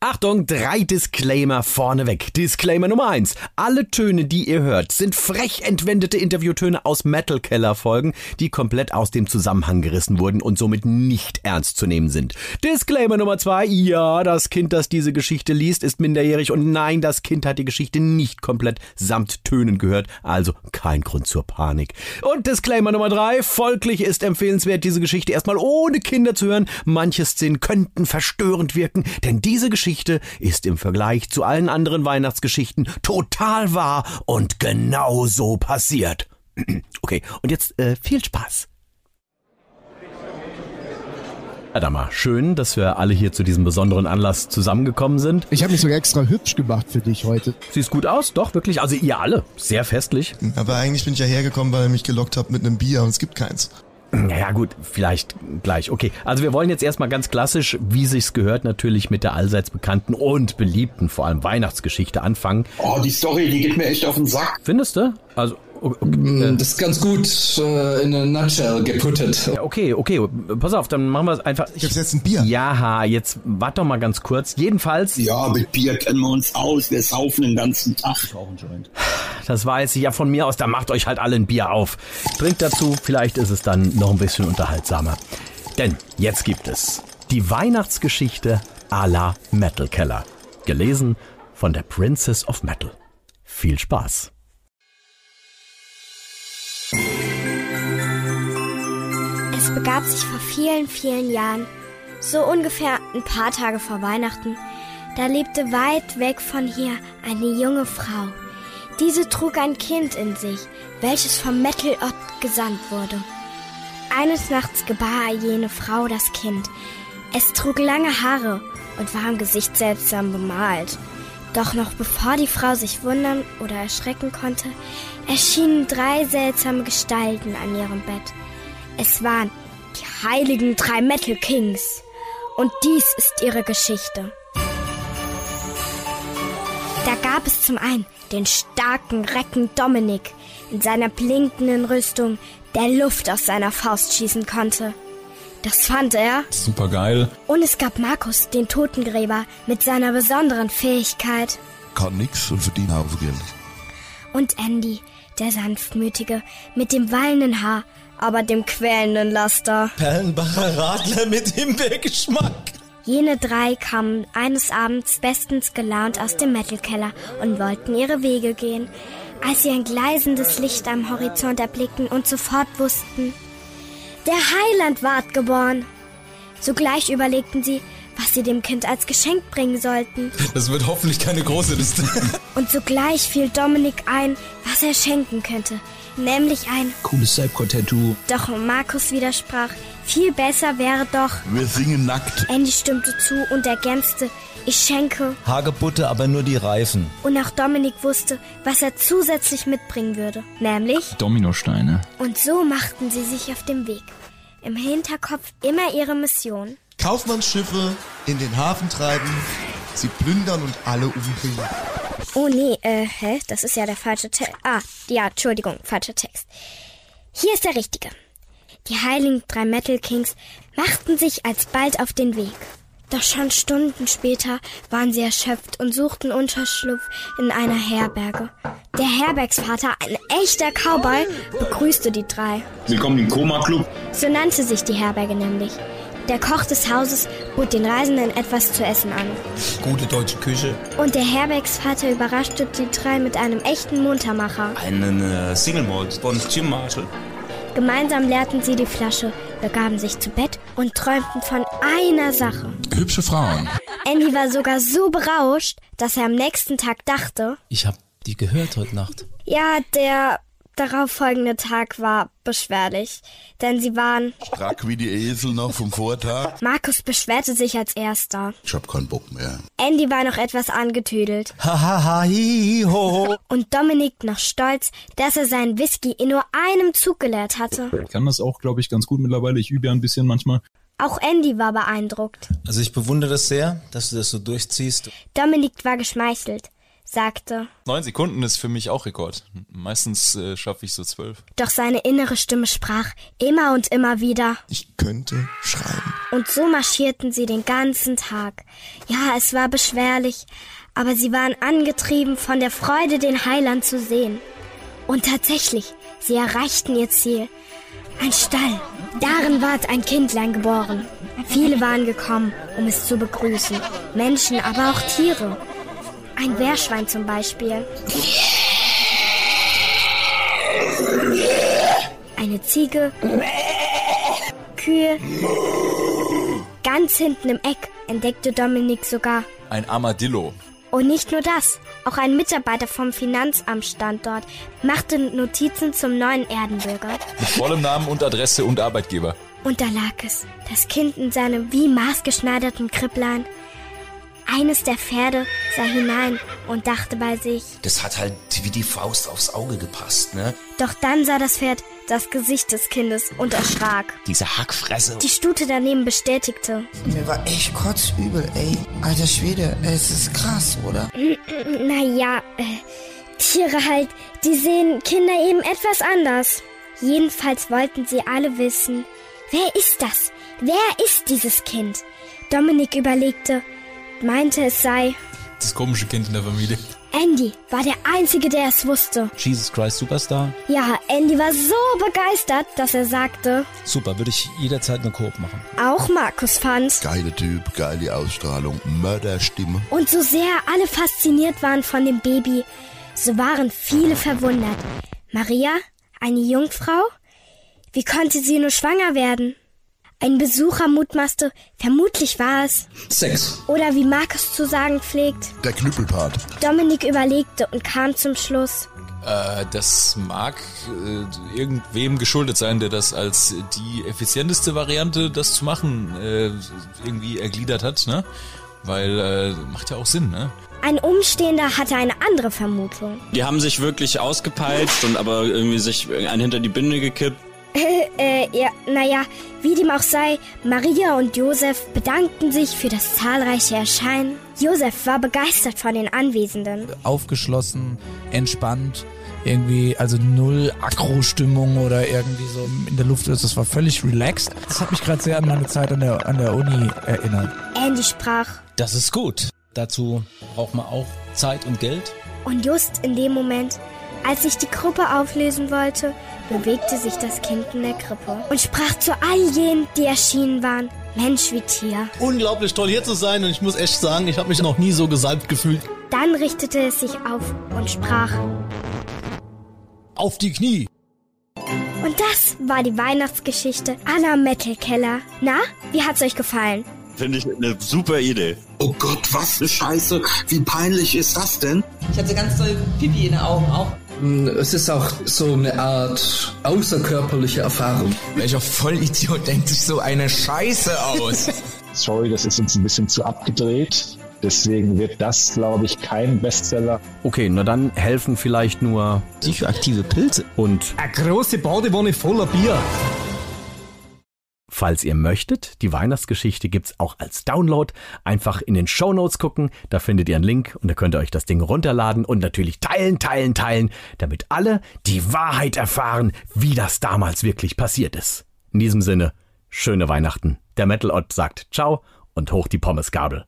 Achtung, drei Disclaimer vorneweg. Disclaimer Nummer eins: Alle Töne, die ihr hört, sind frech entwendete Interviewtöne aus Metal-Keller-Folgen, die komplett aus dem Zusammenhang gerissen wurden und somit nicht ernst zu nehmen sind. Disclaimer Nummer zwei: Ja, das Kind, das diese Geschichte liest, ist minderjährig und nein, das Kind hat die Geschichte nicht komplett samt Tönen gehört, also kein Grund zur Panik. Und Disclaimer Nummer drei: Folglich ist empfehlenswert, diese Geschichte erstmal ohne Kinder zu hören. Manche Szenen könnten verstörend wirken, denn diese Geschichte Geschichte ist im Vergleich zu allen anderen Weihnachtsgeschichten total wahr und genau so passiert. Okay, und jetzt äh, viel Spaß. Adama, schön, dass wir alle hier zu diesem besonderen Anlass zusammengekommen sind. Ich habe mich sogar extra hübsch gemacht für dich heute. Siehst gut aus, doch, wirklich. Also ihr alle, sehr festlich. Aber eigentlich bin ich ja hergekommen, weil ihr mich gelockt habt mit einem Bier und es gibt keins. Naja, gut, vielleicht gleich. Okay, also wir wollen jetzt erstmal ganz klassisch, wie sich's gehört, natürlich mit der allseits bekannten und beliebten, vor allem Weihnachtsgeschichte anfangen. Oh, die Story, die geht mir echt auf den Sack. Findest du? Also, Okay. Das ist ganz gut äh, in a nutshell geputtet. Ja, okay, okay. Pass auf, dann machen wir es einfach. Gibt's jetzt ein Bier? Ja, jetzt warte doch mal ganz kurz. Jedenfalls. Ja, mit Bier kennen wir uns aus. Wir saufen den ganzen Tag. Das weiß ich ja von mir aus. Dann macht euch halt alle ein Bier auf. Trinkt dazu. Vielleicht ist es dann noch ein bisschen unterhaltsamer. Denn jetzt gibt es die Weihnachtsgeschichte à la Metal Keller. Gelesen von der Princess of Metal. Viel Spaß. Es begab sich vor vielen, vielen Jahren, so ungefähr ein paar Tage vor Weihnachten, da lebte weit weg von hier eine junge Frau. Diese trug ein Kind in sich, welches vom Metalort gesandt wurde. Eines Nachts gebar jene Frau das Kind. Es trug lange Haare und war am Gesicht seltsam bemalt. Doch noch bevor die Frau sich wundern oder erschrecken konnte, erschienen drei seltsame Gestalten an ihrem Bett. Es waren die heiligen drei Metal Kings. Und dies ist ihre Geschichte. Da gab es zum einen den starken Recken Dominik in seiner blinkenden Rüstung, der Luft aus seiner Faust schießen konnte. Das fand er. Super geil. Und es gab Markus, den Totengräber, mit seiner besonderen Fähigkeit. kann nix und verdiene Haufen Geld. Und Andy, der Sanftmütige, mit dem wallenden Haar, aber dem quälenden Laster. Perlenbacher Radler mit Himbeergeschmack. Jene drei kamen eines Abends bestens gelaunt aus dem Metalkeller und wollten ihre Wege gehen, als sie ein gleisendes Licht am Horizont erblickten und sofort wussten, der Heiland ward geboren. Sogleich überlegten sie, was sie dem Kind als Geschenk bringen sollten. Das wird hoffentlich keine große Liste. Und sogleich fiel Dominik ein, was er schenken könnte, nämlich ein Cooles Cypcore-Tattoo. Doch Markus widersprach, viel besser wäre doch. Wir singen nackt. Andy stimmte zu und ergänzte, ich schenke Hagebutte, aber nur die Reifen. Und auch Dominik wusste, was er zusätzlich mitbringen würde, nämlich Dominosteine. und so machten sie sich auf den Weg. Im Hinterkopf immer ihre Mission. Kaufmannsschiffe in den Hafen treiben, sie plündern und alle umbringen. Oh nee, äh, hä? Das ist ja der falsche Text. Ah, ja, Entschuldigung, falscher Text. Hier ist der richtige. Die heiligen drei Metal Kings machten sich alsbald auf den Weg. Doch schon Stunden später waren sie erschöpft und suchten Unterschlupf in einer Herberge. Der Herbergsvater, ein echter Cowboy, begrüßte die drei. Willkommen im Koma-Club. So nannte sich die Herberge nämlich. Der Koch des Hauses bot den Reisenden etwas zu essen an. Gute deutsche Küche. Und der Herbergsvater überraschte die drei mit einem echten Muntermacher. Einen äh, Single Malt von Jim Marshall. Gemeinsam leerten sie die Flasche, begaben sich zu Bett und träumten von einer Sache. Hübsche Frauen. Andy war sogar so berauscht, dass er am nächsten Tag dachte, Ich hab die gehört heute Nacht. ja, der darauffolgende Tag war beschwerlich, denn sie waren. Strack wie die Esel noch vom Vortag. Markus beschwerte sich als erster. Ich hab keinen Bock mehr. Andy war noch etwas angetüdelt Hahaha, hi, hi, ho, ho. und Dominik noch stolz, dass er seinen Whisky in nur einem Zug geleert hatte. Ich kann das auch, glaube ich, ganz gut mittlerweile. Ich übe ja ein bisschen manchmal. Auch Andy war beeindruckt. Also ich bewundere das sehr, dass du das so durchziehst. Dominik war geschmeichelt. sagte. Neun Sekunden ist für mich auch Rekord. Meistens äh, schaffe ich so zwölf. Doch seine innere Stimme sprach immer und immer wieder. Ich könnte schreiben. Und so marschierten sie den ganzen Tag. Ja, es war beschwerlich, aber sie waren angetrieben von der Freude, den Heiland zu sehen. Und tatsächlich, sie erreichten ihr Ziel. Ein Stall. Darin ward ein Kindlein geboren. Viele waren gekommen, um es zu begrüßen. Menschen, aber auch Tiere. Ein Wehrschwein zum Beispiel. Eine Ziege. Kühe. Ganz hinten im Eck entdeckte Dominik sogar. Ein Armadillo. Und nicht nur das, auch ein Mitarbeiter vom Finanzamt stand dort, machte Notizen zum neuen Erdenbürger. Mit vollem Namen und Adresse und Arbeitgeber. Und da lag es, das Kind in seinem wie maßgeschneiderten Kripplein. Eines der Pferde sah hinein und dachte bei sich, Das hat halt wie die Faust aufs Auge gepasst, ne? doch dann sah das Pferd das Gesicht des Kindes und erschrak. Diese Hackfresse. Die Stute daneben bestätigte. Mir war echt kotzübel, ey. Alter Schwede, es ist krass, oder? Naja, äh, Tiere halt, die sehen Kinder eben etwas anders. Jedenfalls wollten sie alle wissen, wer ist das? Wer ist dieses Kind? Dominik überlegte, meinte es sei. Das komische Kind in der Familie. Andy war der Einzige, der es wusste. Jesus Christ Superstar. Ja, Andy war so begeistert, dass er sagte, Super, würde ich jederzeit eine Koop machen. auch Markus fand. Geiler Typ, geile Ausstrahlung, Mörderstimme. Und so sehr alle fasziniert waren von dem Baby, so waren viele verwundert. Maria, eine Jungfrau? Wie konnte sie nur schwanger werden? Ein Besucher mutmaßte, vermutlich war es. Sex. Oder wie Markus zu sagen pflegt. Der Knüppelpart. Dominik überlegte und kam zum Schluss. Äh, das mag äh, irgendwem geschuldet sein, der das als die effizienteste Variante, das zu machen, äh, irgendwie ergliedert hat, ne? Weil äh, macht ja auch Sinn, ne? Ein Umstehender hatte eine andere Vermutung. Die haben sich wirklich ausgepeitscht und aber irgendwie sich einen hinter die Binde gekippt. äh, ja, naja, wie dem auch sei, Maria und Josef bedankten sich für das zahlreiche Erscheinen. Josef war begeistert von den Anwesenden. Aufgeschlossen, entspannt, irgendwie, also null Akro-Stimmung oder irgendwie so in der Luft ist. Das war völlig relaxed. Das hat mich gerade sehr an meine Zeit an der, an der Uni erinnert. Andy sprach. Das ist gut. Dazu braucht man auch Zeit und Geld. Und just in dem Moment, als sich die Gruppe auflösen wollte, bewegte sich das Kind in der Krippe und sprach zu all jenen, die erschienen waren, Mensch wie Tier. Unglaublich toll hier zu sein und ich muss echt sagen, ich habe mich noch nie so gesalbt gefühlt. Dann richtete es sich auf und sprach. Auf die Knie. Und das war die Weihnachtsgeschichte Anna Metal-Keller. Na, wie hat's euch gefallen? Finde ich eine super Idee. Oh Gott, was eine Scheiße. Wie peinlich ist das denn? Ich hatte ganz doll Pipi in den Augen auch. Mm, Es ist auch so eine Art außerkörperliche Erfahrung. Welcher Vollidiot denkt sich so eine Scheiße aus? Sorry, das ist uns ein bisschen zu abgedreht. Deswegen wird das, glaube ich, kein Bestseller. Okay, na dann helfen vielleicht nur psychoaktive Pilze und Eine große Badewanne voller Bier. Falls ihr möchtet, die Weihnachtsgeschichte gibt's auch als Download. Einfach in den Shownotes gucken, da findet ihr einen Link und da könnt ihr euch das Ding runterladen und natürlich teilen, teilen, teilen, damit alle die Wahrheit erfahren, wie das damals wirklich passiert ist. In diesem Sinne, schöne Weihnachten. Der Metal Ott sagt ciao und hoch die Pommesgabel.